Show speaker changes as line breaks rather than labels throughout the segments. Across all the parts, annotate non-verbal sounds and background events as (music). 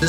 时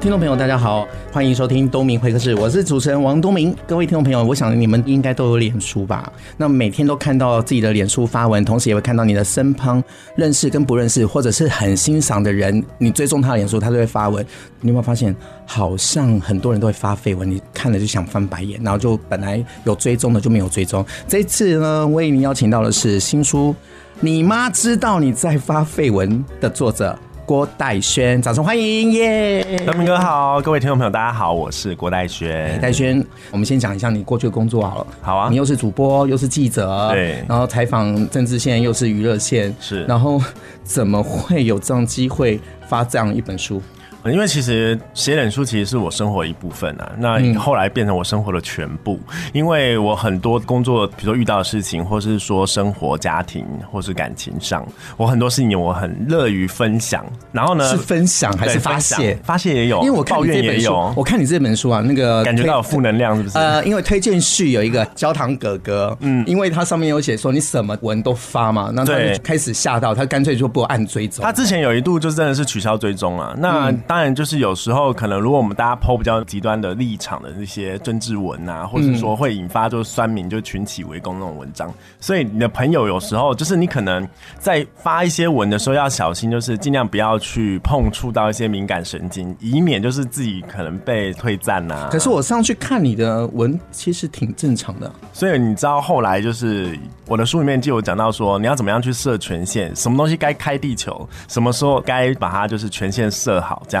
听众朋友，大家好，欢迎收听东明会客室，我是主持人王东明。各位听众朋友，我想你们应该都有脸书吧？那每天都看到自己的脸书发文，同时也会看到你的身旁认识跟不认识，或者是很欣赏的人，你追踪他的脸书，他就会发文。你有没有发现，好像很多人都会发绯闻，你看了就想翻白眼，然后就本来有追踪的就没有追踪。这一次呢，为您邀请到的是新书《你妈知道你在发绯闻》的作者。郭代轩，掌声欢迎，耶、 (laughs)
德明哥好，各位听众朋友大家好，我是郭代轩。
戴轩，我们先讲一下你过去的工作好了。
好啊
你又是主播，又是记者，
对
然后采访政治线，又是娱乐线，
是
然后怎么会有这样机会发这样一本书？
因为其实写脸书其实是我生活的一部分啊，
嗯
那后来变成我生活的全部，因为我很多工作，比如说遇到的事情，或是说生活、家庭，或是感情上，我很多事情我很乐于分享。然后呢，
是分享还
呃对
是发泄
分享？发泄也有，
因为我看
抱
你这
怨
本
也
书
有，，
我看你这本书啊，那个
感觉到有负能量是不是？
呃，因为推荐序有一个焦糖哥哥，嗯，因为他上面有写说你什么文都发嘛，那他
对
就开始吓到，他干脆就不按追踪
他。之前有一度就真的是取消追踪啊。那
嗯
当然就是有时候可能如果我们大家抛比较极端的立场的那些政治文
嗯
啊，或者说会引发就是酸民就群起围攻那种文章，所以你的朋友有时候就是你可能在发一些文的时候要小心，就是尽量不要去碰触到一些敏感神经，以免就是自己可能被退赞啊。
可是我上去看你的文，其实挺正常的。
所以你知道后来就是我的书里面就有讲到说，你要怎么样去设权限，什么东西该开地球，什么时候该把它就是权限设好这样
哇
子。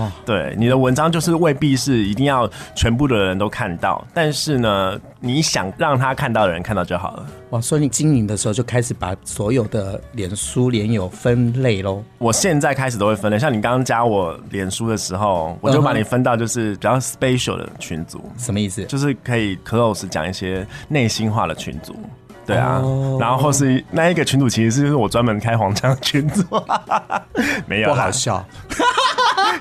哇，对，你的文章就是未必是一定要全部的人都看到，但是呢，你想让他看到的人看到就好了。
哇，哦所以你经营的时候就开始把所有的脸书、脸友分类喽。
我现在开始都会分类，像你刚刚加我脸书的时候，我就把你分到就是比较 special 的群组，
什么意思？
就是可以 close 讲一些内心话的群组。对啊
哦
然后或是那一个群组其实是我专门开黄腔的群组， (laughs) 没有
不
啦
好，笑。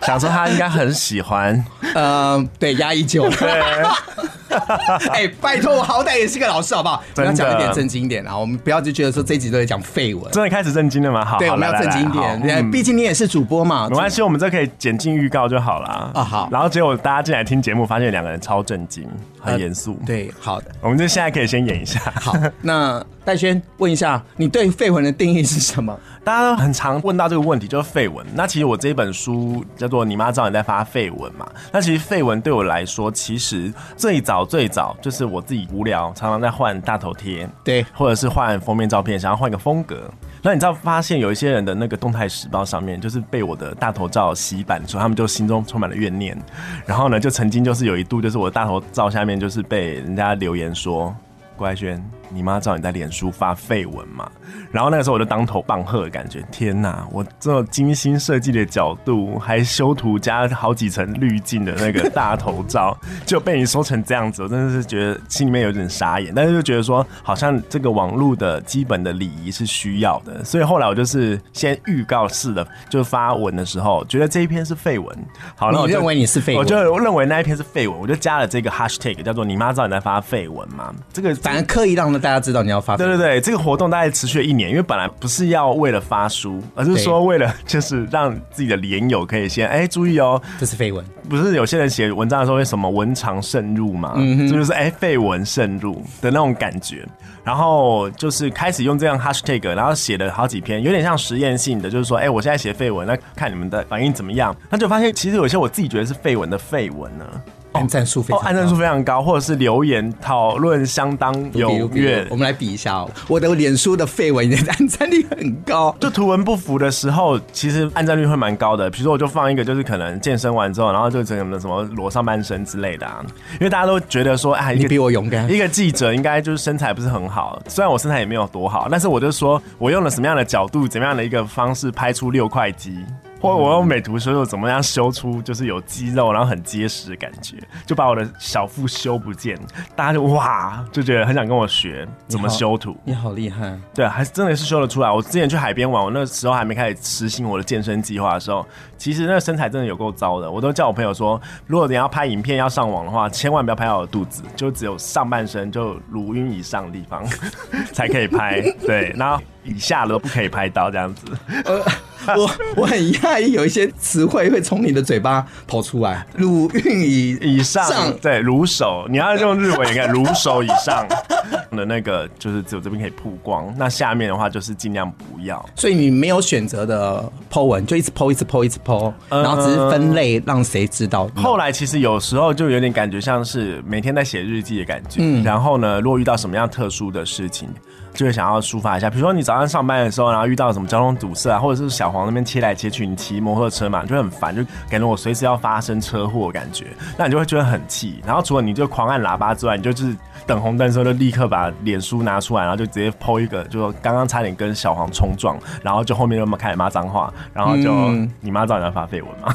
想说他应该很喜欢，
呃，对，压抑久了。 (laughs) 哎、拜托，我好歹也是个老师，好不好？我
真
们
的
要讲一点正经一点啊，我们不要就觉得说这一集都在讲废文。
真的开始震惊了吗？好，
对，
好
我们要
来
正
来
经一
来
点
好。
对
嗯
毕竟你也是主播嘛
没。关系，我们这可以剪进预告就好啦。
啊好
然后结果大家进来听节目，发现两个人超震惊，很严肃。，
呃对，好的，
我们就现在可以先演一下。
好。那戴轩问一下，你对废文的定义是什么？
大家都很常问到这个问题，就是绯闻。那其实我这一本书叫做《你妈知道你在发绯闻》嘛。那其实绯闻对我来说，其实最早最早就是我自己无聊，常常在换大头贴，
对
或者是换封面照片，想要换个风格。那你知道发现有一些人的那个动态时报上面，就是被我的大头照洗版之后，他们就心中充满了怨念。然后呢，就曾经就是有一度，就是我的大头照下面就是被人家留言说。郭爱轩，你妈知道你在脸书发绯闻嘛？然后那个时候我就当头棒喝，的感觉天哪！我这种精心设计的角度，还修图加好几层滤镜的那个大头照， (laughs) 就被你说成这样子，我真的是觉得心里面有点傻眼，但是就觉得说，好像这个网络的基本的礼仪是需要的，所以后来我就是先预告式的，就发文的时候，觉得这一篇是绯闻，好，那我
你
就
认为你是废
我
文？
就认为那一篇是绯闻，我就加了这个 hashtag 叫做“你妈知道你在发绯闻吗”？这个
反而刻意让大家知道你要发绯
对
闻
对对，这个活动大概持续了一年，因为本来不是要为了发书，而是说为了就是让自己的连友可以先哎、注意哦，
这是绯闻。
不是有些人写文章的时候会什么文长慎入嘛，
嗯
这就是哎绯闻慎入的那种感觉。然后就是开始用这样 hashtag，然后写了好几篇，有点像实验性的，就是说，哎，我现在写绯闻，那看你们的反应怎么样。那就发现其实有些我自己觉得是绯闻的绯闻呢，
按赞数非
哦
常，高。
按赞数非常高，或者是留言讨论相当踊跃
我。们来比一下哦。我的脸书的绯闻按赞率很高，
就图文不符的时候，其实按赞率会蛮高的。比如说，我就放一个，就是可能健身完之后，然后就整个什么裸上半身之类的啊，因为大家都觉得说，哎，一
你 (laughs)
个
比我勇敢
一个记者应该就是身材不是很好，虽然我身材也
嗯
没有多好，但是我就说我用了什么样的角度，怎么样的一个方式拍出六块肌。或我用美图秀秀怎么样修出就是有肌肉，然后很结实的感觉，就把我的小腹修不见，大家就哇就觉得很想跟我学怎么修图。
你好厉害，
对啊，还是真的是修得出来。我之前去海边玩，我那时候还没开始实行我的健身计划的时候，其实那个身材真的有够糟的。我都叫我朋友说，如果你要拍影片要上网的话，千万不要拍到我的肚子，就只有上半身，就乳晕以上的地方 (laughs) 才可以拍。对，然后以下的都不可以拍到这样子。
呃我我很讶异，有一些词汇会从你的嘴巴跑出来，鲁韵以
以上
上
对乳手，你要用日文应该乳手以上 (laughs) 的那个，就是只有这边可以曝光。那下面的话就是尽量不要。
所以你没有选择的 Po 文，就一直 Po，一直 Po，一直 Po，然后只是分类让谁知道。
后来其实有时候就有点感觉像是每天在写日记的感觉。然后呢，如果遇到什么样特殊的事情，就会想要抒发一下。比如说你早上上班的时候，然后遇到什么交通堵塞啊，或者是小黄那边切来切去，你骑摩托车嘛，就会很烦，就感觉我随时要发生车祸的感觉。那你就会觉得很气。然后除了你就狂按喇叭之外，你就就是等红灯的时候就立刻把脸书拿出来，然后就直接剖一个，就说刚刚差点跟小黄冲撞，然后就后面就开始骂脏话，然后就、你妈知道你要发绯闻吗？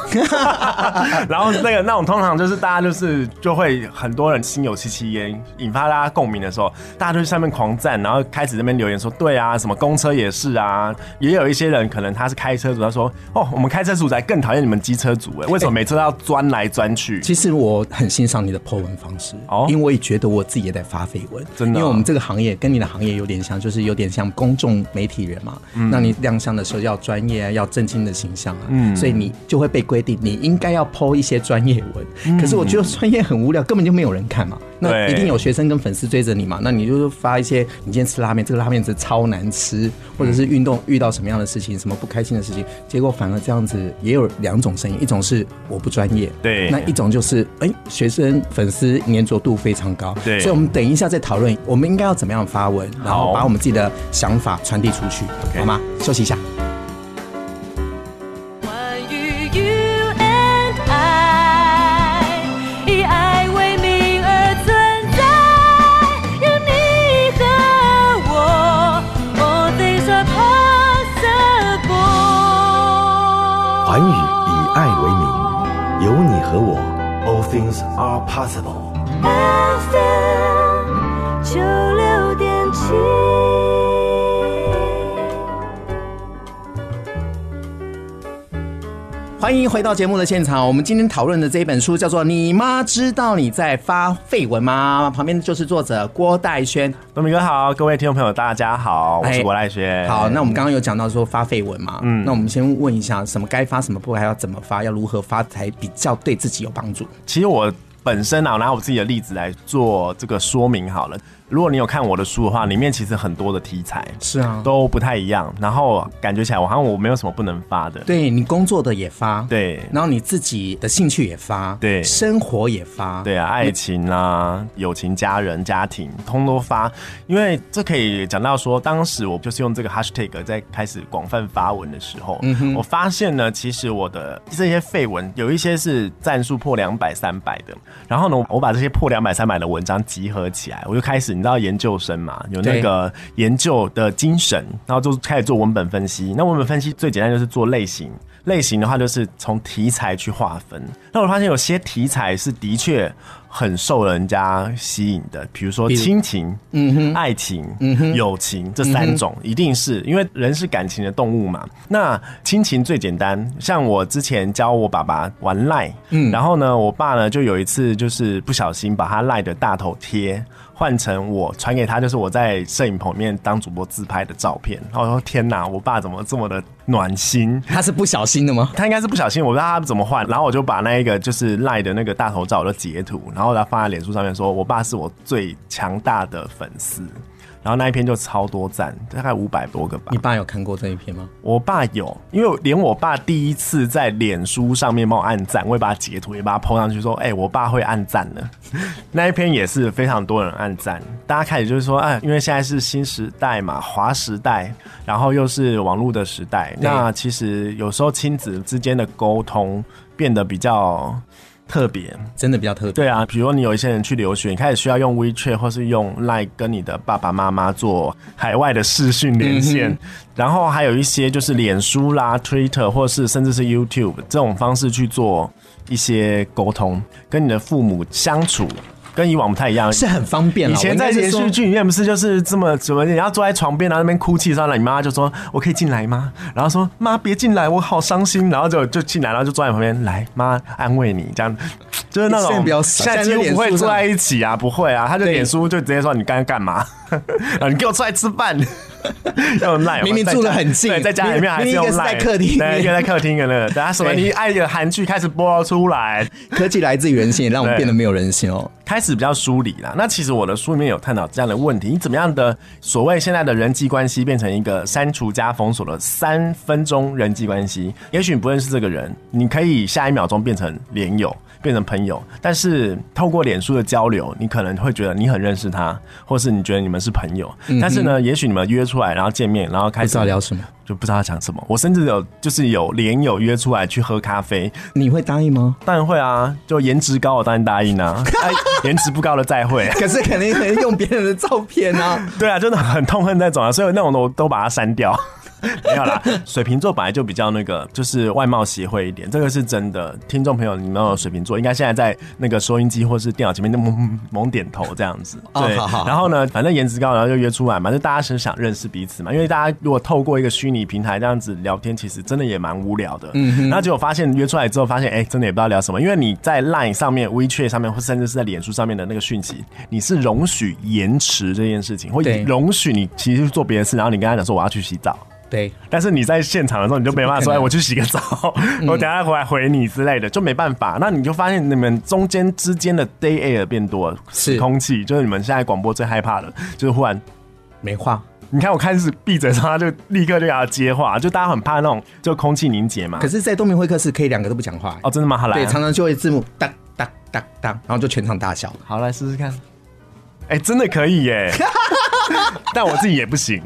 (laughs) 然后那个那种通常就是大家就是就会很多人心有戚戚焉，引发大家共鸣的时候，大家就去上面狂赞，然后开始这边留言说对啊，什么公车也是啊，也有一些人可能他是开车族，他说哦，我们开车族才更讨厌你们机车族哎，为什么每次都要钻来钻去？
其实我很欣赏你的 Po 文方式，
哦
因为我也觉得我自己也在发绯闻，
真的啊
因为我们这个行业跟你的行业有点像，就是有点像公众媒体人嘛。
嗯
那你亮相的时候要专业啊，要正经的形象啊，
嗯
所以你就会被规定你应该要 Po 一些专业文。可是我觉得专业很无聊，根本就没有人看嘛。那
嗯对
一定有学生跟粉丝追着你嘛？那你就是发一些你今天吃拉面，这个拉面真的超难吃，或者是运动遇到什么样的事情，什么不开心的事情，结果反而这样子也有两种声音，一种是我不专业，
对
那一种就是哎、学生粉丝粘着度非常高，
对
所以我们等一下再讨论，我们应该要怎么样发文，然后
好
把我们自己的想法传递出去，好吗？休息一下。
关于 You and I，以爱为名而存在，有你和我，All things are possible。
环宇以爱为名，有你和我，All things are possible。
FM 九六点七。
欢迎回到节目的现场。我们今天讨论的这一本书叫做《你妈知道你在发绯闻吗》，旁边就是作者郭代轩。
东明哥好，各位听众朋友大家好，我是
哎
郭赖轩。
好，那我们刚刚有讲到说发绯闻嘛，嗯，那我们先问一下，什么该发，什么不该要怎么发，要如何发才比较对自己有帮助？
其实我本身啊，拿我自己的例子来做这个说明好了。如果你有看我的书的话，里面其实很多的题材
是啊，
都不太一样，然后感觉起来我好像我没有什么不能发的。
对你工作的也发，，
对
然后你自己的兴趣也发，
对
生活也发，
对啊，爱情啊、友情、家人、家庭，通都发。因为这可以讲到说，当时我就是用这个 hashtag 在开始广泛发文的时候，我发现呢，其实我的这些废文有一些是赞数破两百、三百的，然后呢，我把这些破两百、三百的文章集合起来，我就开始，你知道研究生嘛，有那
对
个研究的精神，然后就开始做文本分析。那文本分析最简单就是做类型。类型的话，就是从题材去划分。那我发现有些题材是的确很受人家吸引的，比如说
比如
亲情、嗯哼、爱情、嗯哼、友情这三种，一定是因为人是感情的动物嘛。那亲情最简单，像我之前教我爸爸玩赖，嗯，然后呢，我爸呢就有一次就是不小心把他赖的大头贴。换成我传给他，就是我在摄影棚里面当主播自拍的照片。然后我说：“天哪，我爸怎么这么的暖心？”
他是不小心的吗？
他应该是不小心，我不知道他怎么换，然后我就把那一个就是赖的那个大头照我就截图，然后他放在脸书上面说，我爸是我最强大的粉丝。然后那一篇就超多赞，大概五百多个吧
你。爸有看过这一篇吗？
我爸有，因为连我爸第一次在脸书上面帮我按赞，我也把它截图，也把它 PO 上去说，哎、我爸会按赞的。 (laughs) 那一篇也是非常多人按赞，大家开始就是说，哎，因为现在是新时代嘛，华时代，然后又是网络的时代，那其实有时候亲子之间的沟通变得比较。特别。
真的比较特别。
对啊，比如说你有一些人去留学，你开始需要用 WeChat 或是用 Line 跟你的爸爸妈妈做海外的视讯连线，然后还有一些就是脸书啦、Twitter 或是甚至是 YouTube 这种方式去做一些沟通，跟你的父母相处，跟以往不太一样。
是很方便啦
以前在
我应该
连
是说
续剧里面不是就是这么怎么，你要坐在床边，然后那边哭泣，然后你妈就说：“我可以进来吗？”然后说：“妈，别进来，我好伤心。”然后就就进来，然后就坐在旁边，来妈安慰你，这样就是那
现在
种
比较少
现在几乎不会坐在一起啊，不会啊，他就
对
脸书就直接说：“你刚刚干嘛？啊，你给我出来吃饭。”用赖，
明明住得很近
对，在家里面还
明明
用
一个是在
赖，
客厅里面
对，一个在客厅的那个，等下什么
对
你爱的韩剧开始播出来，
科技来自于人性，也让我们
对
变得没有人性哦。
开始比较梳理啦。那其实我的书里面有探讨这样的问题：你怎么样的所谓现在的人际关系变成一个删除加封锁的三分钟人际关系？也许你不认识这个人，你可以下一秒钟变成连友，变成朋友，但是透过脸书的交流，你可能会觉得你很认识他，或是你觉得你们是朋友，但是呢，也许你们约出来，然后见面，然后开
不
始
知道聊什么，
就不知道他讲什么。我甚至有就是有连友约出来去喝咖啡，
你会答应吗？
当然会啊，就颜值高我当然答
(laughs)
应啊，哎，颜值不高的再会。 (laughs)
可是肯定能用别人的照片啊。 (laughs)
对啊，真的很痛恨那种啊，所以那种的我都把它删掉。 (laughs) 没有啦，水瓶座本来就比较那个，就是外貌协会一点，这个是真的。听众朋友，你们有水瓶座，应该现在在那个收音机或是电脑前面那猛猛点头这样子。
哦
对，
好好
然后呢，反正颜值高，然后就约出来嘛，就大家是想认识彼此嘛，因为大家如果透过一个虚拟平台这样子聊天，其实真的也蛮无聊的。嗯，然后结果发现约出来之后，发现哎、真的也不知道聊什么，因为你在 Line 上面、WeChat 上面，或甚至是在脸书上面的那个讯息，你是容许延迟这件事情，或
对
容许你其实去做别的事，然后你跟他讲说我要去洗澡。
对，
但是你在现场的时候，你就没办法说，哎，我去洗个澡，
嗯
我等一下回来回你之类的，就没办法。那你就发现你们中间之间的 day air 变多了，
是
空气，就是你们现在广播最害怕的，就是忽然
没话。
你看我开始闭嘴的时候，他就立刻就给他接话，就大家很怕那种就空气凝结嘛
可。是，在东明会客室可以两个都不讲话、
哦，真的吗？好来
对，
啊，
常常就会字幕哒哒哒哒，然后就全场大笑。
好来试试看。哎、真的可
(laughs)
以耶！但我自己也不行，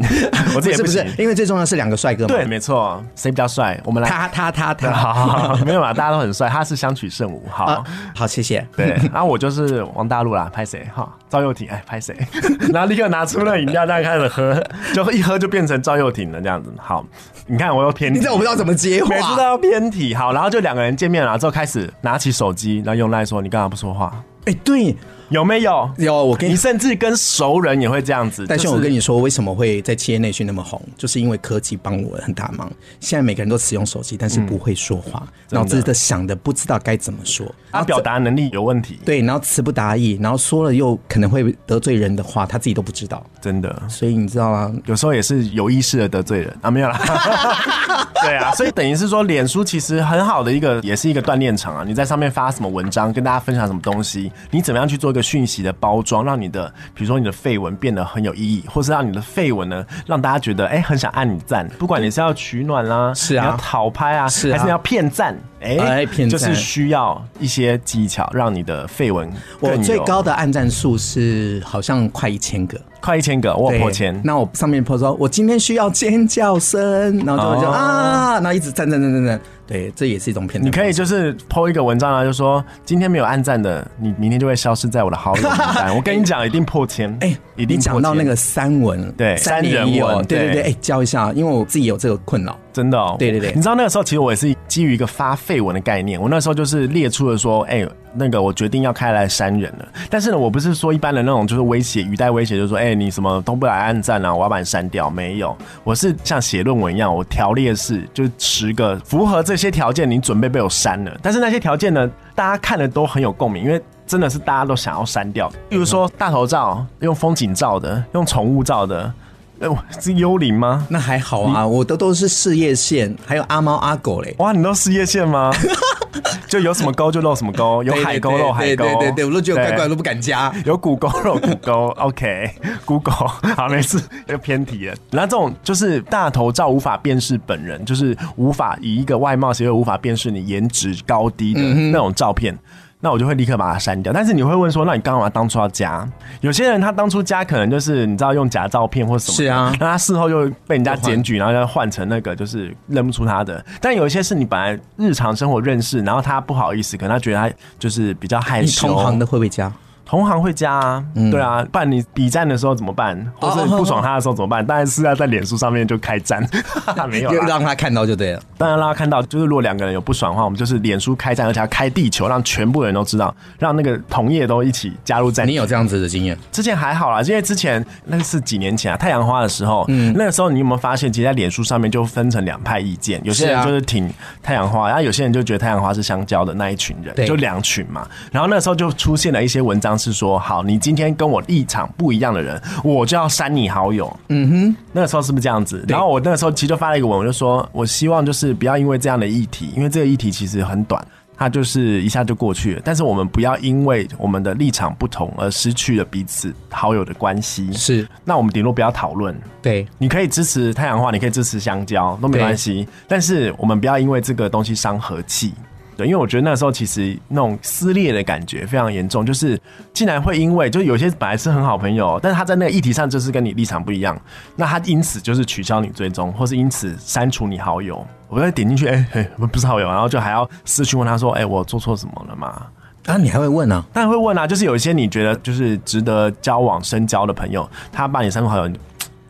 不
我自己也
是不
行
是。，因为最重要是两个帅哥嘛。
对，，没错，谁比较帅？我
(laughs)
们来。
他他他他。
(laughs) 好好好，没有啦，大家都很帅，他是相取甚武。好，
啊，好，谢谢。
(laughs) 对，然后我就是王大陆啦，拍谁哈？赵又廷哎，拍谁？ (laughs) 然后立刻拿出了饮料，这样开始喝，就一喝就变成赵又廷了这样子。好，你看我又偏题，
(laughs) 你知道我不知道怎么接话？
每次都要偏题。好，然后就两个人见面了之后，开始拿起手机，然后用赖说：“你干嘛不说话？
哎、对，
有没有？
有我跟
你甚至跟熟人也会这样子。
但是
就
我跟你说，为什么会在企业内训那么红，就是因为科技帮我很大忙。现在每个人都使用手机，但是不会说话，
嗯真
脑
的
子的想的不知道该怎么说，
他表达能力有问题，
对，然后词不达意，然后说了又可能会得罪人的话，他自己都不知道。
真的。
所以你知道吗？
有时候也是有意识的得罪人啊，没有啦。
(laughs)
对啊，所以等于是说，脸书其实很好的一个，也是一个锻炼场啊。你在上面发什么文章，跟大家分享什么东西，你怎么样去做一个讯息的包装，让你的，比如说你的绯闻变得很有意义，或是让你的绯闻呢，让大家觉得哎、很想按你赞。不管你是要取暖啦、
嗯是啊
你要讨拍啊，
是啊
还是你要骗赞，哎、
哎骗
就
赞
是需要一些技巧，让你的绯闻更
我
有
最高的按赞数是好像快一千个，
快一千个，我有
对
破千。
那我上面 po 说，我今天需要尖叫声，然后就就、
哦
啊，然后一直赞赞赞赞赞，对，这也是一种骗。
你可以就是抛一个文章啊，就说今天没有按赞的，你明天就会消失在我的好友名
(laughs)
单。我跟你讲，一定破千，
哎、
一
你
定
讲
破
到
千。
那个三文，
对
三
三人
也有，
文
对对对，
对
哎、教一下，因为我自己有这个困扰，
真的、哦，
对对对
你知道那个时候其实我也是基于一个发绯闻的概念，我那时候就是列出了说，哎、那个我决定要开来删人了。但是呢，我不是说一般的那种就是威胁语带威胁，就是说，哎、你什么都不来按赞啊，我要把你删掉。没有，我是像写论文一样，我条列式就是十个符合这些条件，你准备被我删了。但是那些条件呢，大家看了都很有共鸣，因为。真的是大家都想要删掉，比如说大头照、用风景照的、用宠物照的，哎、我是幽灵吗？
那还好啊，我的都是事业线，还有阿猫阿狗嘞。
哇，你都事业
(laughs)
线吗？就有什么沟就露什么沟，有
对
海
对
沟露海
对
沟，
对对对，我都觉得怪怪，我
对
都不敢加。
(laughs) 有骨沟露骨沟，OK，骨沟好，没事，又偏题了。然后这种就是大头照无法辨识本
嗯
人，就是无法以一个外貌协会无法辨识你颜值高低的那种照片。那我就会立刻把它删掉。但是你会问说，那你干嘛当初要加？有些人他当初加可能就是你知道用假照片或什么
是
的，
啊
那他事后又被人家检举，然后要换成那个就是认不出他的。但有一些是你本来日常生活认识，然后他不好意思，可能他觉得他就是比较害
你
羞。
同行的会不会加？
同行会加啊，对啊，不然你比战的时候怎么办？或是不爽他的时候怎么办？当然是要在脸书上面就开战， (laughs) 没有啊
就
啦。
让他看到就对了。
当然让他看到，就是如果两个人有不爽的话，我们就是脸书开战，而且要开地球，让全部人都知道，让那个同业都一起加入战
你
局。
有这样子的经验？
之前还好啦，因为之前那是几年前啊，太阳花的时候，那个时候你有没有发现，其实在脸书上面就分成两派意见，有些
是
人
啊
就是挺太阳花，然后有些人就觉得太阳花是香蕉的那一群人，
对
就两群嘛。然后那时候就出现了一些文章是说，好，你今天跟我立场不一样的人，我就要删你好友。那个时候是不是这样子？然后我那个时候其实就发了一个文，我就说我希望就是不要因为这样的议题，因为这个议题其实很短，它就是一下就过去了。但是我们不要因为我们的立场不同而失去了彼此好友的关系。
是
那我们顶多不要讨论。
对，
你可以支持太阳花，你可以支持香蕉，都没
对
关系。但是我们不要因为这个东西伤和气。对，因为我觉得那时候其实那种撕裂的感觉非常严重，就是竟然会因为就有些本来是很好朋友，但是他在那个议题上就是跟你立场不一样，那他因此就是取消你追踪，或是因此删除你好友。我再点进去，哎、嘿我不是好友，然后就还要私讯问他说，哎、我做错什么了吗？
啊，你还会问啊？
当然会问啊，就是有一些你觉得就是值得交往深交的朋友，他把你删除好友，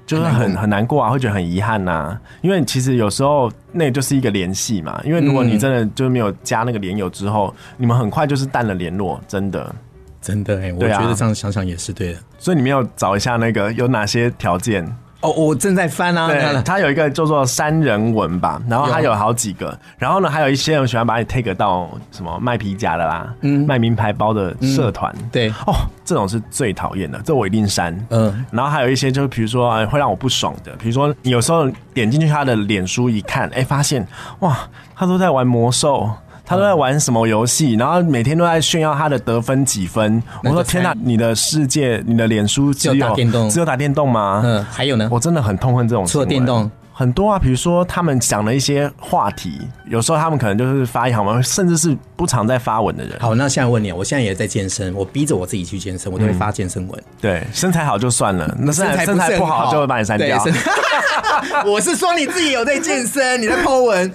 就是很很难过啊，会觉得很遗憾呐、啊因为其实有时候那就是一个联系嘛，因为如果你真的就是没有加那个连友之后，你们很快就是淡了联络，真的。
真的哎、我
对啊
觉得这样想想也是对的。
所以你们要找一下那个有哪些条件。
哦，我正在翻啊，看
对，
了
它有一个叫做三人文吧，然后它有好几个，然后呢，还有一些人喜欢把你 take 到什么卖皮夹的啦，卖名牌包的社团，
嗯对
哦，这种是最讨厌的，这我一定删。
嗯
嗯，然后还有一些就是比如说、呃会让我不爽的，比如说你有时候点进去他的脸书一看，哎、发现哇，他都在玩魔兽。他都在玩什么游戏？然后每天都在炫耀他的得分几分。我
那
说
就
天哪
删，
你的世界，你的脸书
嗯
只
有
有
打电动
(laughs) 只有打电动吗？
嗯，还有呢，
我真的很痛恨这种
除了
行为
电动。
很多啊，比如说他们讲了一些话题，有时候他们可能就是发一行文，甚至是不常在发文的人。
好，那现在问你，啊我现在也在健身，我逼着我自己去健身，我都会
嗯
发健身文。
对，身材好就算了，那身材身
是
材
很
不好就会把你删掉
对。身 (laughs) 我是说你自己有在健身，你在 Po 文。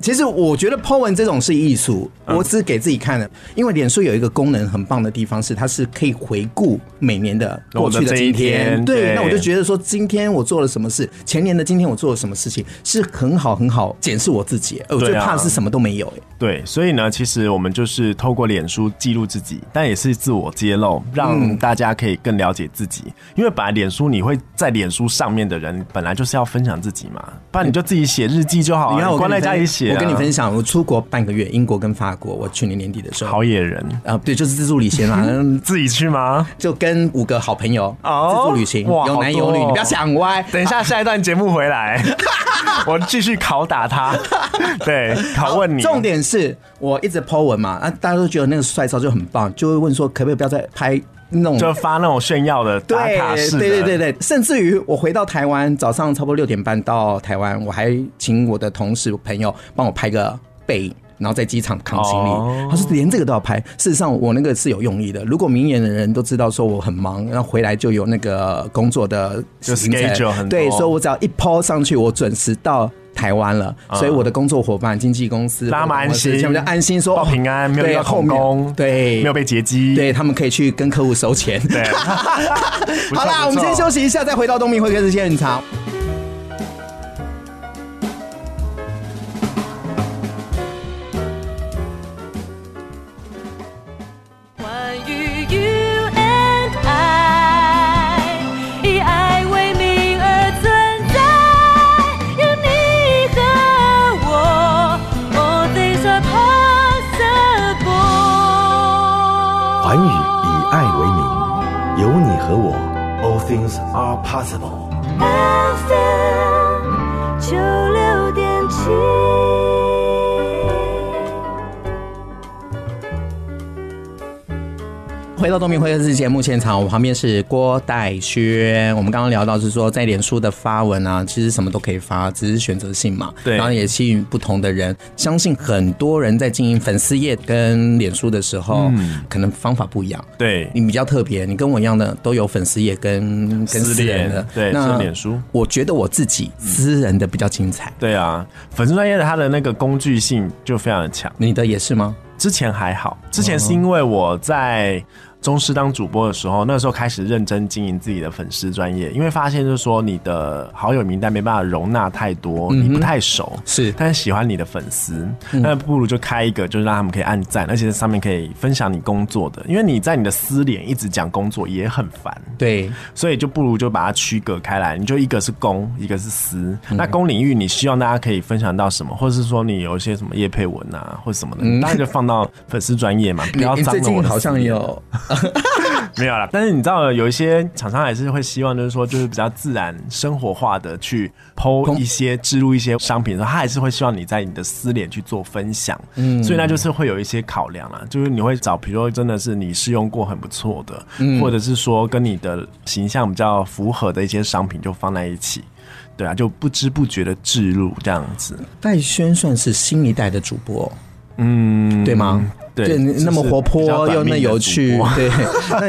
其实我觉得 Po 文这种是艺术，我只是给自己看的。因为脸书有一个功能很棒的地方是，它是可以回顾每年的过去的今
我的这一天
对，
对
那我就觉得说，今天我做了什么事，前年的今天我做了什么事情，是很好很好检视我自己。呃我最
对啊哎
怕的是什么都没有、欸。
(laughs) 对，所以呢，其实我们就是透过脸书记录自己，但也是自我揭露，让大家可以更了解自
嗯
己。因为本来脸书你会在脸书上面的人，本来就是要分享自己嘛，不然你就自己写日记就
嗯
好
你
了、
看我跟
关在
分
家里写、啊。
我跟你分享，我出国半个月，英国跟法国，我去年年底的时候，
好野人，
啊、对，就是自助旅
(laughs)
行啦，嗯
自己去吗？
就跟五个好朋友
哦
自助旅行，
哇
有男有
好
女，
多哦
你不要想歪。
等一下下一段节目回
(laughs)
来，我继续拷打他，对，拷问你。
重点是我一直 po 文嘛，啊，大家都觉得那个帅照就很棒，就会问说可不可以不要再拍那种
就发那种炫耀的打
对
卡式的，
对对对对，甚至于我回到台湾，早上差不多六点半到台湾，我还请我的同事朋友帮我拍个背影。然后在机场扛行李，
哦
他说连这个都要拍。事实上，我那个是有用意的。如果明眼的人都知道说我很忙，然后回来就有那个工作的
就
行程
schedule 很多
对，所以我只要一抛上去，我准时到台湾了。
啊
所以我的工作伙伴、经纪公司、
让他们安心，
全部就安心说哦
报平安，没有遇
对
到
后
恐攻
面，对
没有被劫
(laughs)
机，
对他们可以去跟客户收钱。
对。 (laughs)
(laughs)
不错
好啦，
不错
我们先休息一下，再回到东明会客室现场。
关于 you and I，以爱为名而存在，有你和我，All things are possible。
环宇以爱为名，有你和我，All things are possible。
FM 九六点七。
回到东明会客室节目现场，我旁边是郭代轩。我们刚刚聊到是说，在脸书的发文啊，其实什么都可以发，只是选择性嘛。
对
然后也吸引不同的人。相信很多人在经营粉丝页跟脸书的时候，可能方法不一样。
嗯对
你比较特别，你跟我一样的都有粉丝页跟跟
私
私人的
联，对
那
是脸书
我觉得我自己私人的比较精彩。
对啊，粉丝专业的它的那个工具性就非常的强。
你的也是吗？
之前还好，之前是因为我在中师当主播的时候，那时候开始认真经营自己的粉丝专业，因为发现就是说你的好友名单没办法容纳太多，你不太熟，
是
但是喜欢你的粉丝，那不如就开一个，就是让他们可以按赞，而且上面可以分享你工作的，因为你在你的私联一直讲工作也很烦，
对，
所以就不如就把它区隔开来，你就一个是公，一个是私。
嗯
那公领域你希望大家可以分享到什么，或者是说你有一些什么业配文啊，或者什么的，你当然就放到粉丝专业嘛，不
你
要
嗯你
脏
最
了
近
我的
好像
私
有
没有啦。但是你知道，有一些厂商还是会希望，就是说，就是比较自然、生活化的去剖一些、植入一些商品的时候，他还是会希望你在你的私联去做分享。嗯，所以那就是会有一些考量啦，就是你会找，比如说真的是你试用过很不错的，
嗯
或者是说跟你的形象比较符合的一些商品，就放在一起。对啊，就不知不觉的置入这样子。
戴轩算是新一代的主播，
嗯，
对吗？
对
那么活泼又那有趣， (laughs) 对。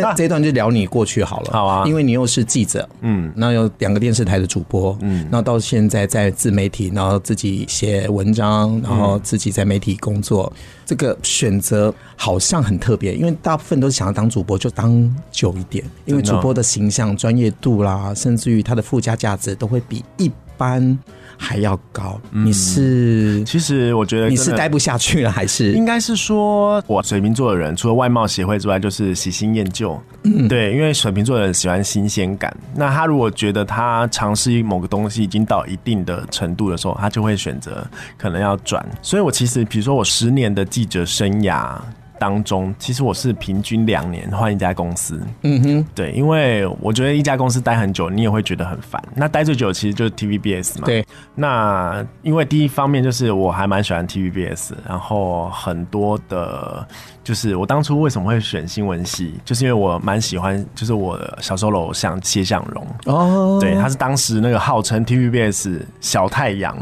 那这一段就聊你过去好了，
好啊
因为你又是记者，嗯，那有两个电视台的主播，嗯，那到现在在自媒体，然后自己写文章，然
嗯
后自己在媒体工作，这个选择好像很特别，因为大部分都是想要当主播就当久一点，因为
真的
主
哦
播的形象、专业度啦，甚至于它的附加价值都会比一般还要高。
嗯
你是
其实我觉得
你
哎真
是
的
待不下去了，还是
应该是说，我水瓶座的人除了外貌协会之外，就是喜新厌旧。对，因为水瓶座的人喜欢新鲜感。那他如果觉得他尝试某个东西已经到一定的程度的时候，他就会选择可能要转。所以我其实，比如说我十年的记者生涯。当中，其实我是平均两年换一家公司，嗯哼，对，因为我觉得一家公司待很久，你也会觉得很烦。那待最久其实就是 TVBS 嘛，
对？
那因为第一方面就是我还蛮喜欢 TVBS，然后很多的，就是我当初为什么会选新闻系，就是因为我蛮喜欢，就是我小时候的偶像谢向荣，
哦，
对，他是当时那个号称 TVBS 小太阳，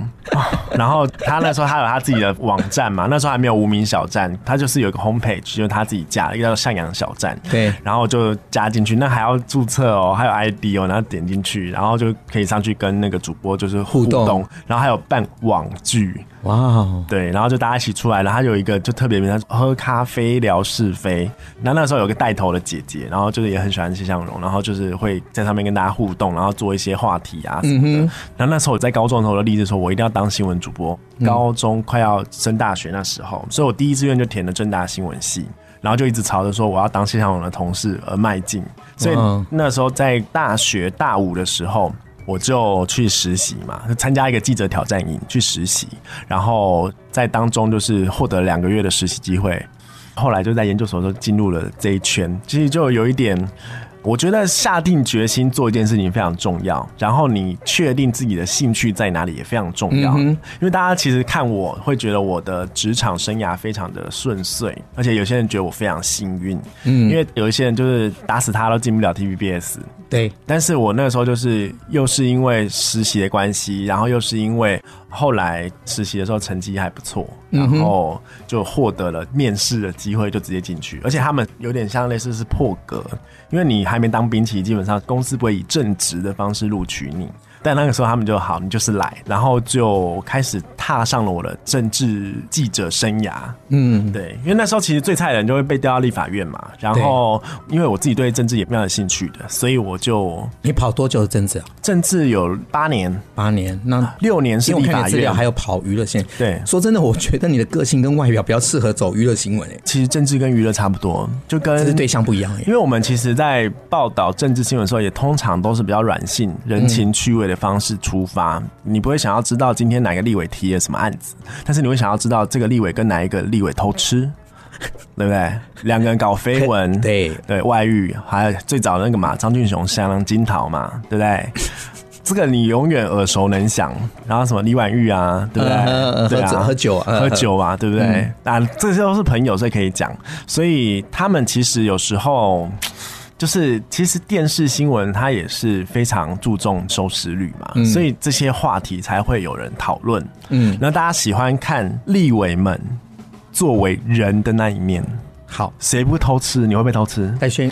然后他那时候他有他自己的网站嘛，那时候还没有无名小站，他就是有一个 homepage，就是他自己架了一个叫向阳小站，
对
然后就加进去，那还要注册哦，还有 ID 哦，然后点进去，然后就可以上去跟那个主播就是互
互
动，
动
然后还有办网剧，
哇哦，
对，然后就大家一起出来，然后他有一个就特别名，他说喝咖啡聊是非。然后那时候有个带头的姐姐，然后就是也很喜欢谢向荣，然后就是会在上面跟大家互动，然后做一些话题啊什么的。然后那时候我在高中的时候，我就立志说我一定要当新闻主播。高中快要升大学那时候，所以我第一志愿就填了正大新闻系。然后就一直朝着说我要当谢向荣的同事而迈进，所以
哇
那时候在大学大五的时候，我就去实习嘛，就参加一个记者挑战营去实习，然后在当中就是获得两个月的实习机会，后来就在研究所就进入了这一圈，其实就有一点。我觉得下定决心做一件事情非常重要，然后你确定自己的兴趣在哪里也非常重要。因为大家其实看我会觉得我的职场生涯非常的顺遂，而且有些人觉得我非常幸运，嗯，因为有一些人就是打死他都进不了 TVBS，
对，
但是我那个时候就是又是因为实习的关系，然后又是因为后来实习的时候成绩还不错，然后就获得了面试的机会，就直接进去。而且他们有点像类似是破格，因为你还没当兵期，基本上公司不会以正职的方式录取你。但那个时候他们就好，你就是来，然后就开始踏上了我的政治记者生涯。
嗯，
对，因为那时候其实最菜的人就会被调到立法院嘛，然后因为我自己对政治也没有兴趣的，所以我就
你跑多久的政治啊？
政治有八年、
八年，那
六啊年是
因为
立
我看你
法
的资料
院，
还有跑娱乐线。
对
说真的，我觉得你的个性跟外表比较适合走娱乐新闻诶，
其实政治跟娱乐差不多，就
只是
跟
对象不一样
嗯因
诶。
为我们其实，在报道政治新闻的时候，也通常都是比较软性、人情趣味的方式出发。你不会想要知道今天哪个立委提了什么案子，但是你会想要知道这个立委跟哪一个立委偷吃，对不对？两个人搞绯闻，
(laughs) 对 (laughs)
对，外遇，还有最早那个嘛，张俊雄、香囊金桃嘛，对不对？这个你永远耳熟能详。然后什么李婉玉啊，对不对？
嗯嗯嗯
对
喝
啊，
喝酒啊
喝酒啊，对不对？
嗯
啊，这些都是朋友，所以可以讲。所以他们其实有时候。就是其实电视新闻它也是非常注重收视率嘛，
嗯
所以这些话题才会有人讨论。
嗯，
那大家喜欢看立委们作为人的那一面，
好，
谁不偷吃？你会被偷吃？
戴轩，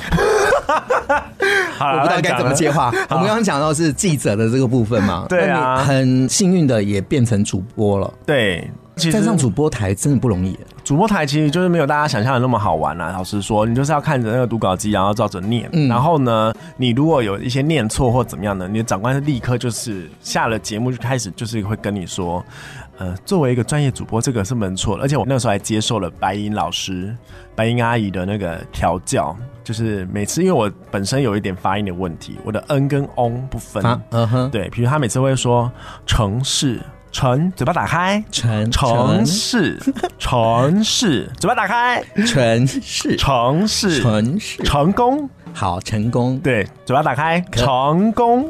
好
我
啦
不知道该怎么接。
(laughs)
话。我们刚刚讲到是记者的这个部分嘛，
对啊
那你很幸运的也变成主播了，
对，其实
站上主播台真的不容易耶。
主播台其实就是没有大家想象的那么好玩啦、老实说，你就是要看着那个读稿机，然后照着念。
嗯
然后呢，你如果有一些念错或怎么样的，你的长官是立刻就是下了节目就开始就是会跟你说，呃，作为一个专业主播，这个是没错的。而且我那时候还接受了白银老师、白银阿姨的那个调教，就是每次因为我本身有一点发音的问题，我的嗯跟翁不分。
啊，嗯哼，
对，比如他每次会说城市。城，嘴巴打开，
城
城市，城市，嘴巴打开，
城市，
城市，
城市，
成功，
好，成功。
对，嘴巴打开，成功，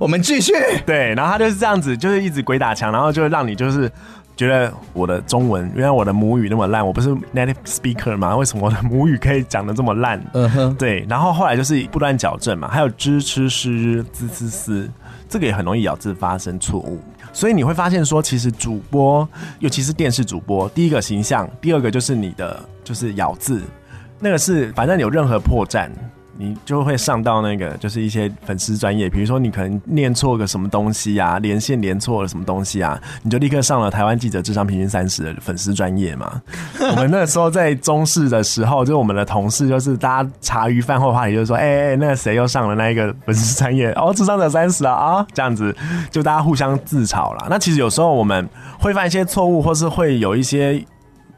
我们继续。
对，然后他就是这样子，就是一直鬼打墙，然后就让你就是觉得我的中文，原来我的母语那么烂，我不是 native speaker 吗？为什么我的母语可以讲的这么烂？
嗯哼，
对，然后后来就是不断矫正嘛，还有知吃吃滋滋滋，这个也很容易咬字发生错误。所以你会发现说，其实主播，尤其是电视主播，第一个形象，第二个就是你的就是咬字，那个是反正有任何破绽。你就会上到那个，就是一些粉丝专业，比如说你可能念错个什么东西啊，连线连错了什么东西啊，你就立刻上了台湾记者智商平均三十的粉丝专业嘛。我们那时候在中视的时候，就是我们的同事，就是大家茶余饭后话题，就是说，哎、哎、那个谁又上了那一个粉丝专业，哦，智商者三十啊啊，这样子，就大家互相自嘲啦。那其实有时候我们会犯一些错误，或是会有一些。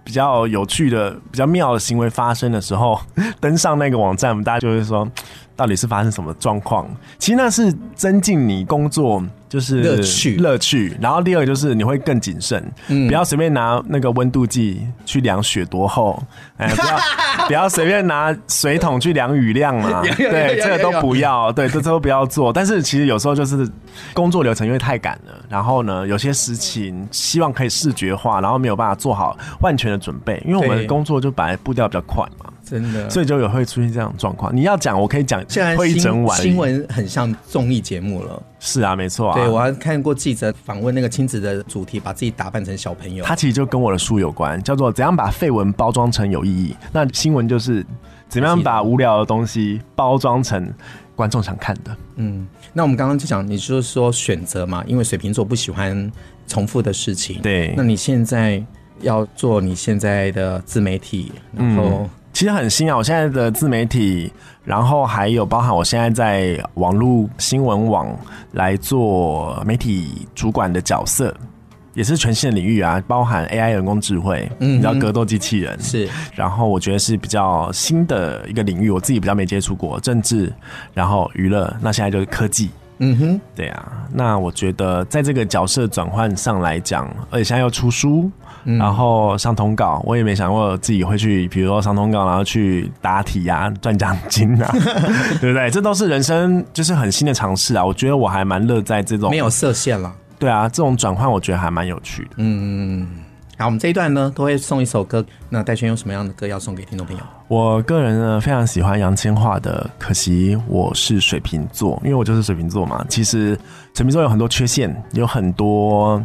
比较有趣的、比较妙的行为发生的时候， (laughs) 登上那个网站，我们大家就会说，到底是发生什么状况？其实那是增进你工作就是
乐趣
乐趣。然后第二个就是你会更谨慎，
嗯
不要随便拿那个温度计去量雪多厚，哎，不要 (laughs) 不要随便拿水桶去量雨量嘛，
(laughs) 有有
对，
有
这个
有
都
有
不要，对，这都不要
(laughs)
做。但是其实有时候就是工作流程因为太赶了，然后呢，有些事情希望可以视觉化，然后没有办法做好万全的准备，因为我们
对
的工作就本来步调比较快嘛，
真的。
所以就有会出现这样的状况。你要讲，我可以讲
现在，
会一
新
整晚。
新闻很像综艺节目了。
是啊，没错啊，
对，我还看过记者访问那个亲子的主题，把自己打扮成小朋友。
它其实就跟我的书有关，叫做怎样把废文包装成有意义。那新闻就是怎么样把无聊的东西包装成观众想看的。
嗯，那我们刚刚就讲，你就是说选择嘛，因为水瓶座不喜欢重复的事情。
对
那你现在要做你现在的自媒体，然后
其实很新啊，我现在的自媒体，然后还有包含我现在在网络新闻网来做媒体主管的角色，也是全新的领域啊，包含 AI 人工智慧，
嗯
你知道格斗机器人，
是
然后我觉得是比较新的一个领域，我自己比较没接触过政治，然后娱乐，那现在就是科技。
嗯哼，
对啊，那我觉得在这个角色转换上来讲，而且现在要出书，
嗯
然后上通告，我也没想过自己会去，比如说上通告，然后去答题啊，赚奖金
(laughs)
啊，对不对？这都是人生就是很新的尝试啊。我觉得我还蛮乐在这种
没有设限了。
对啊这种转换，我觉得还蛮有趣的。
好，我们这一段呢都会送一首歌。那戴轩有什么样的歌要送给听众朋友？
我个人呃呢非常喜欢杨千嬅的，可惜我是水瓶座，因为我就是水瓶座嘛。其实水瓶座有很多缺陷，有很多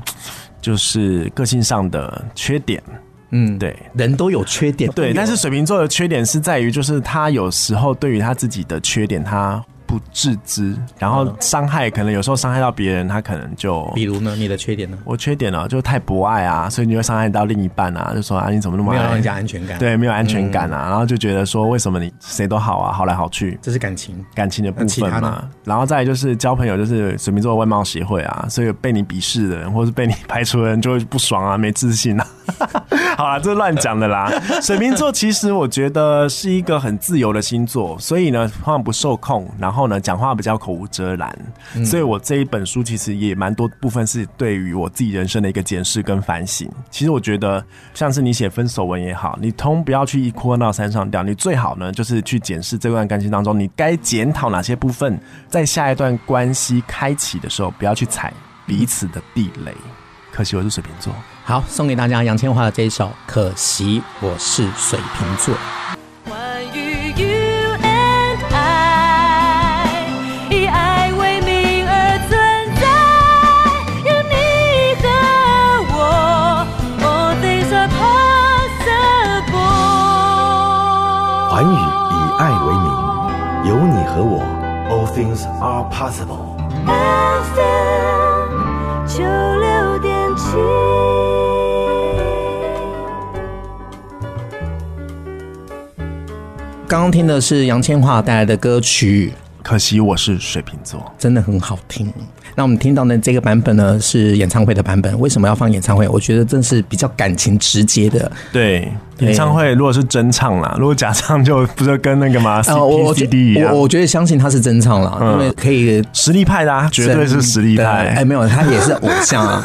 就是个性上的缺点，
嗯，，
对。
人都有缺点，
对，但是水瓶座的缺点是在于，就是他有时候对于他自己的缺点，他不自知，然后伤害可能有时候伤害到别人，他可能就
比如呢，你的缺点呢，
我缺点了、就太博爱啊，所以你会伤害到另一半啊，就说啊你怎么那么
没有
爱
让人家安全感。，嗯
对没有安全感啊，然后就觉得说为什么你谁都好啊，好来好去，
这是感情。
感情的部
那其
分
他
嘛
呢，
然后再来就是交朋友，就是水瓶座外貌协会啊，所以被你鄙视的人，或是被你排除的人就会不爽啊，没自信啊， (laughs) 好啦，这是乱讲的啦。水瓶座其实我觉得是一个很自由的星座，所以呢，通常不受控，然后呢，讲话比较口无遮拦。
嗯
所以我这一本书其实也蛮多部分是对于我自己人生的一个检视跟反省。其实我觉得，像是你写分手文也好，你通不要去一哭二闹三上吊，你最好呢就是去检视这段感情当中，你该检讨哪些部分，在下一段关系开启的时候，不要去踩彼此的地雷。可惜我是水瓶座。
好，送给大家杨千嬅的这一首《可惜我是水瓶座》。
关于 you and I，以爱为名而存在，有你和我，All things are possible。
环宇以爱为名，有你和我，All things are possible。
FM 九六点七。
刚刚听的是杨千嬅带来的歌曲，
可惜我是水瓶座，
真的很好听。那我们听到的这个版本呢，是演唱会的版本。为什么要放演唱会？我觉得真是比较感情直接的。
对
对
演唱会如果是真唱啦，如果假唱就不是跟那个嘛 C
啊，我我
P
觉
C D 一样
我，我觉得相信他是真唱啦，因为可以
实力派的啊，绝对是实力
真的哎，
派，
没有，他也是偶像啊，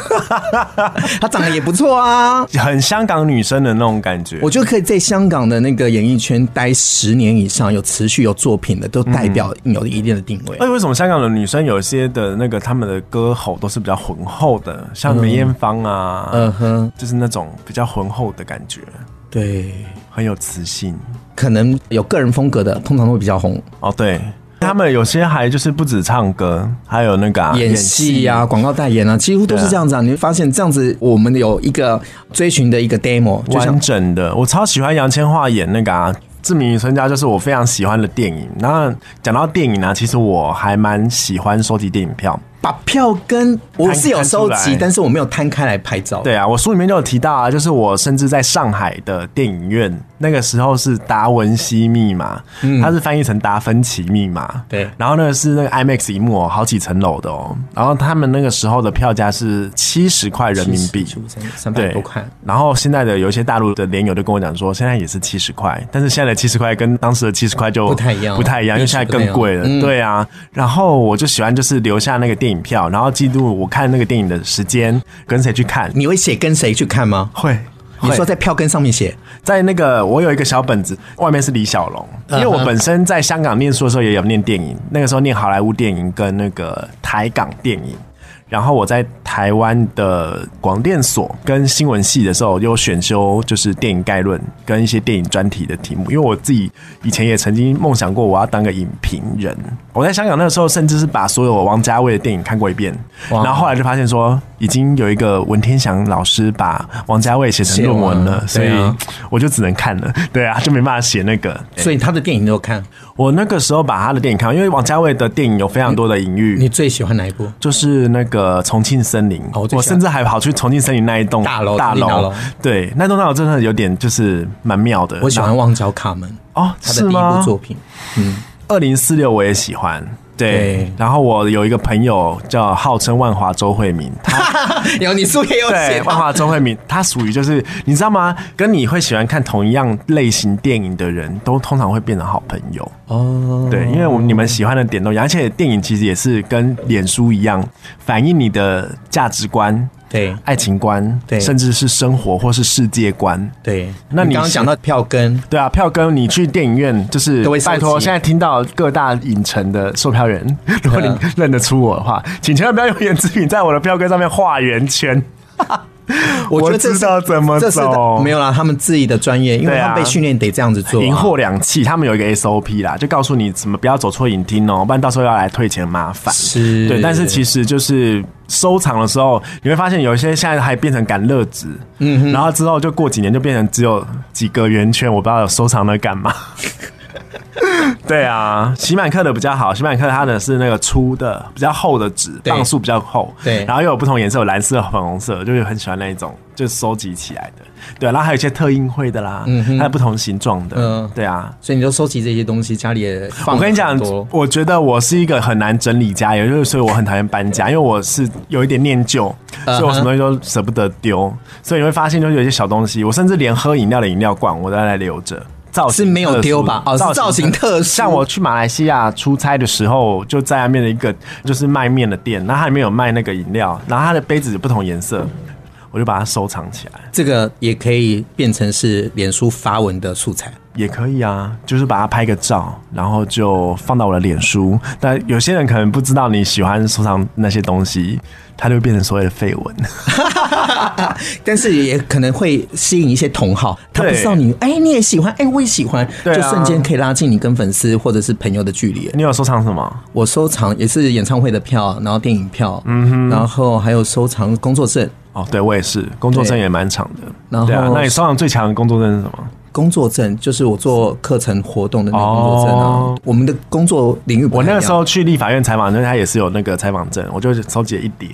(laughs) 他长得也不错啊。
很香港女生的那种感觉。
我觉得可以在香港的那个演艺圈待十年以上，有持续有作品的，都代表有一定的定位。
哎，为什么香港的女生有一些的那个她们的歌喉都是比较浑厚的，像梅艳芳啊，
嗯哼，
就是那种比较浑厚的感觉，
对，
很有磁性。
可能有个人风格的，通常都会比较红，
哦，对，他们有些还就是不止唱歌，还有那个啊
演戏啊、广告代言啊，几乎都是
对啊
这样子啊。你会发现这样子，我们有一个追寻的一个 demo，就像
完整的。我超喜欢杨千嬅演那个啊。志明与春娇就是我非常喜欢的电影。那讲到电影呢、其实我还蛮喜欢收集电影票。
把票根，我是有收
摊摊出
集
来，
但是我没有摊开来拍照。，
对啊，我书里面就有提到啊，就是我甚至在上海的电影院，那个时候是《达文西密码》它是翻译成《达芬奇密码》。
嗯对
然后那个是那个 IMAX 一幕哦，好几层楼的哦。然后他们那个时候的票价是七十块人民币，
三百
对，
多块。
然后现在的有一些大陆的连友就跟我讲说，现在也是七十块，但是现在的七十块跟当时的七十块就
不太一样
不太一样，因为现在更贵了。
嗯
对啊，然后我就喜欢就是留下那个电影票，然后记录我看那个电影的时间，跟谁去看。
你会写跟谁去看吗？
会，
你
会
说在票根上面写，
在那个我有一个小本子，外面是李小龙，
嗯
因为我本身在香港念书的时候也有念电影，那个时候念好莱坞电影跟那个台港电影。然后我在台湾的广电所跟新闻系的时候，有选修就是电影概论跟一些电影专题的题目，因为我自己以前也曾经梦想过我要当个影评人。我在香港那个时候，甚至是把所有王家卫的电影看过一遍，
哇
然后后来就发现说，已经有一个文天祥老师把王家卫写成论文了，
写
所
完
以
了对啊
我就只能看了，对啊，就没办法写那个。
所以他的电影你都有看。
我那个时候把他的电影看完，因为王家卫的电影有非常多的隐喻
你，最喜欢哪一部？
嗯就是那个重庆森林，
哦我最喜欢
我甚至还跑去重庆森林那一栋
大楼
大
重庆大
楼
楼，
对，那栋大楼真的有点就是蛮妙的。
我喜欢
那
《旺角卡门》，
哦，
他的
是
第一
吗？
部作
(laughs)
品。
二零四六我也喜欢。对
对，
然后我有一个朋友叫号称万华周慧敏，
(laughs)
他
然后你书也有
对，万华周慧敏，她属于就是你知道吗？跟你会喜欢看同一样类型电影的人，都通常会变成好朋友。
哦，
对，因为我们你们喜欢的点都一样，而且电影其实也是跟脸书一样，反映你的价值观、
对
爱情观，
对
甚至是生活或是世界观。
对。
那你
刚刚
是
讲到票根，
对啊，票根你去电影院就是
都会收集
拜托，现在听到各大影城的售票
(laughs)
员，如果你
嗯
认得出我的话，请千万不要用言之语在我的票根上面画圆圈。
(laughs) 觉得这
(laughs)
是
知道怎么
这是
走，
没有啦，他们自己的专业，因为
对啊
他们被训练得这样子做啊。
银货两讫，他们有一个 SOP 啦，就告诉你怎么不要走错影厅哦，不然到时候要来退钱麻烦。
是
对，但是其实就是收藏的时候，你会发现有一些现在还变成赶乐值，
(laughs)
嗯，然后之后就过几年就变成只有几个圆圈，我不知道有收藏了干嘛。对啊，喜满克的比较好，喜满克它的是那个粗的、比较厚的纸，
对
磅数比较厚，
对
然后又有不同颜色，有蓝色、粉红色，就是很喜欢那一种，就收集起来的。对、啊然后还有一些特映会的啦，还有不同形状的，
嗯
对啊。
所以你就收集这些东西，家里也放
我跟
了
你讲
很多，
我觉得我是一个很难整理家，也就是所以我很讨厌搬家，因为我是有一点念旧，
嗯
所以我什么东西都舍不得丢，所以你会发现就是有一些小东西，我甚至连喝饮料的饮料罐我都还留着。造
是
型
没有丢吧
特殊
哦是造型特殊
像我去马来西亚出差的时候，就在那边的一个就是卖面的店，然后它里面有卖那个饮料，然后它的杯子有不同颜色，我就把它收藏起来。
这个也可以变成是脸书发文的素材。 (laughs)
也可以啊，就是把它拍个照，然后就放到我的脸书。但有些人可能不知道你喜欢收藏那些东西，它就会变成所谓的绯闻。
但是也可能会吸引一些同好，他不
对
知道你，哎、你也喜欢，哎、我也喜欢，
对啊
就瞬间可以拉近你跟粉丝或者是朋友的距离。
(laughs) 你有收藏什么？
我收藏也是演唱会的票，然后电影票，嗯哼，然后还有收藏工作证，
哦，对我也是，工作证也蛮长的。
然后
对啊，那你收藏最强的工作证是什么？
工作证就是我做课程活动的那个工作证啊。
哦
我们的工作领域不
我
太一
那
样，
个时候去立法院采访，就是他也是有那个采访证，我就收集了一叠，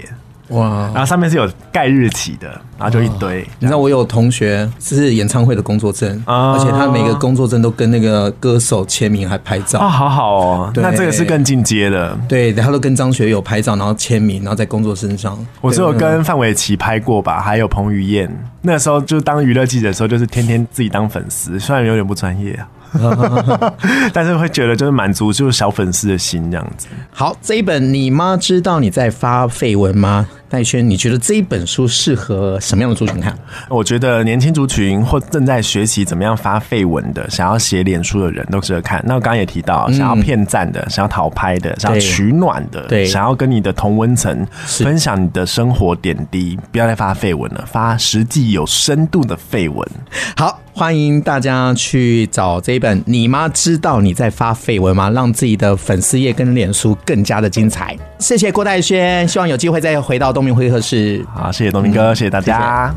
哇，
然后上面是有盖日期的，然后就一堆。
你知道我有同学是演唱会的工作证，
哦
而且他每个工作证都跟那个歌手签名，还拍照。
啊、好好哦，
对
那这个是更进阶的。
对，他都跟张学友拍照，然后签名，然后在工作身上。
我是有跟范玮琪拍过吧，还有彭于晏。那时候就当娱乐记者的时候，就是天天自己当粉丝，虽然有点不专业啊， (laughs) 但是会觉得就是满足就是小粉丝的心这样子。
好，这一本你妈知道你在发绯闻吗？戴轩，你觉得这一本书适合什么样的族群看？
我觉得年轻族群或正在学习怎么样发绯闻的，想要写脸书的人都值得看。那我刚刚也提到，想要骗赞的，想要讨拍的，想要取暖的，
对
想要跟你的同温层
是
分享你的生活点滴，不要再发绯闻了，发实际有深度的绯闻。
好，欢迎大家去找这一本《你妈知道你在发绯闻吗》，让自己的粉丝页跟脸书更加的精彩。谢谢郭戴轩，希望有机会再回到东明会客室。
好，谢谢东明哥，谢谢大家。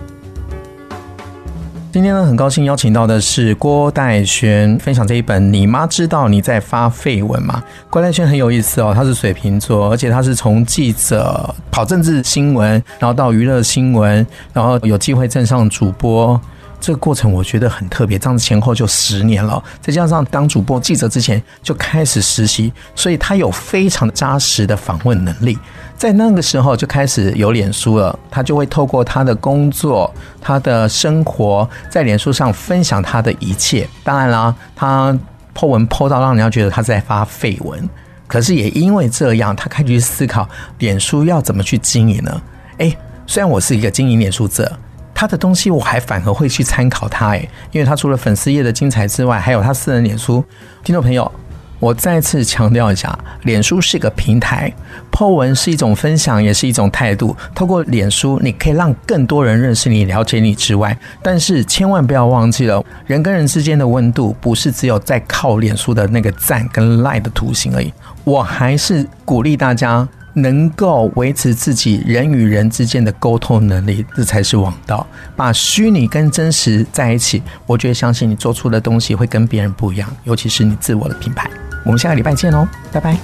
今天呢，很高兴邀请到的是郭代轩，分享这一本《你妈知道你在发绯闻吗》。郭代轩很有意思哦，他是水瓶座，而且他是从记者跑政治新闻，然后到娱乐新闻，然后有机会站上主播。这个过程我觉得很特别，这样前后就十年了，再加上当主播记者之前就开始实习，所以他有非常扎实的访问能力。在那个时候就开始有脸书了，他就会透过他的工作、他的生活，在脸书上分享他的一切。当然啦，他 Po 文 Po 到让人家觉得他在发绯闻，可是也因为这样，他开始去思考脸书要怎么去经营呢？诶，虽然我是一个经营脸书者，他的东西我还反而会去参考他诶，因为他除了粉丝页的精彩之外，还有他私人脸书。听众朋友，我再次强调一下，脸书是个平台，Po 文是一种分享，也是一种态度。透过脸书，你可以让更多人认识你、了解你之外，但是千万不要忘记了，人跟人之间的温度不是只有在靠脸书的那个赞跟 like 的图形而已。我还是鼓励大家。能够维持自己人与人之间的沟通能力，这才是王道。把虚拟跟真实在一起，我觉得相信你做出的东西会跟别人不一样，尤其是你自我的品牌。我们下个礼拜见哦，拜拜。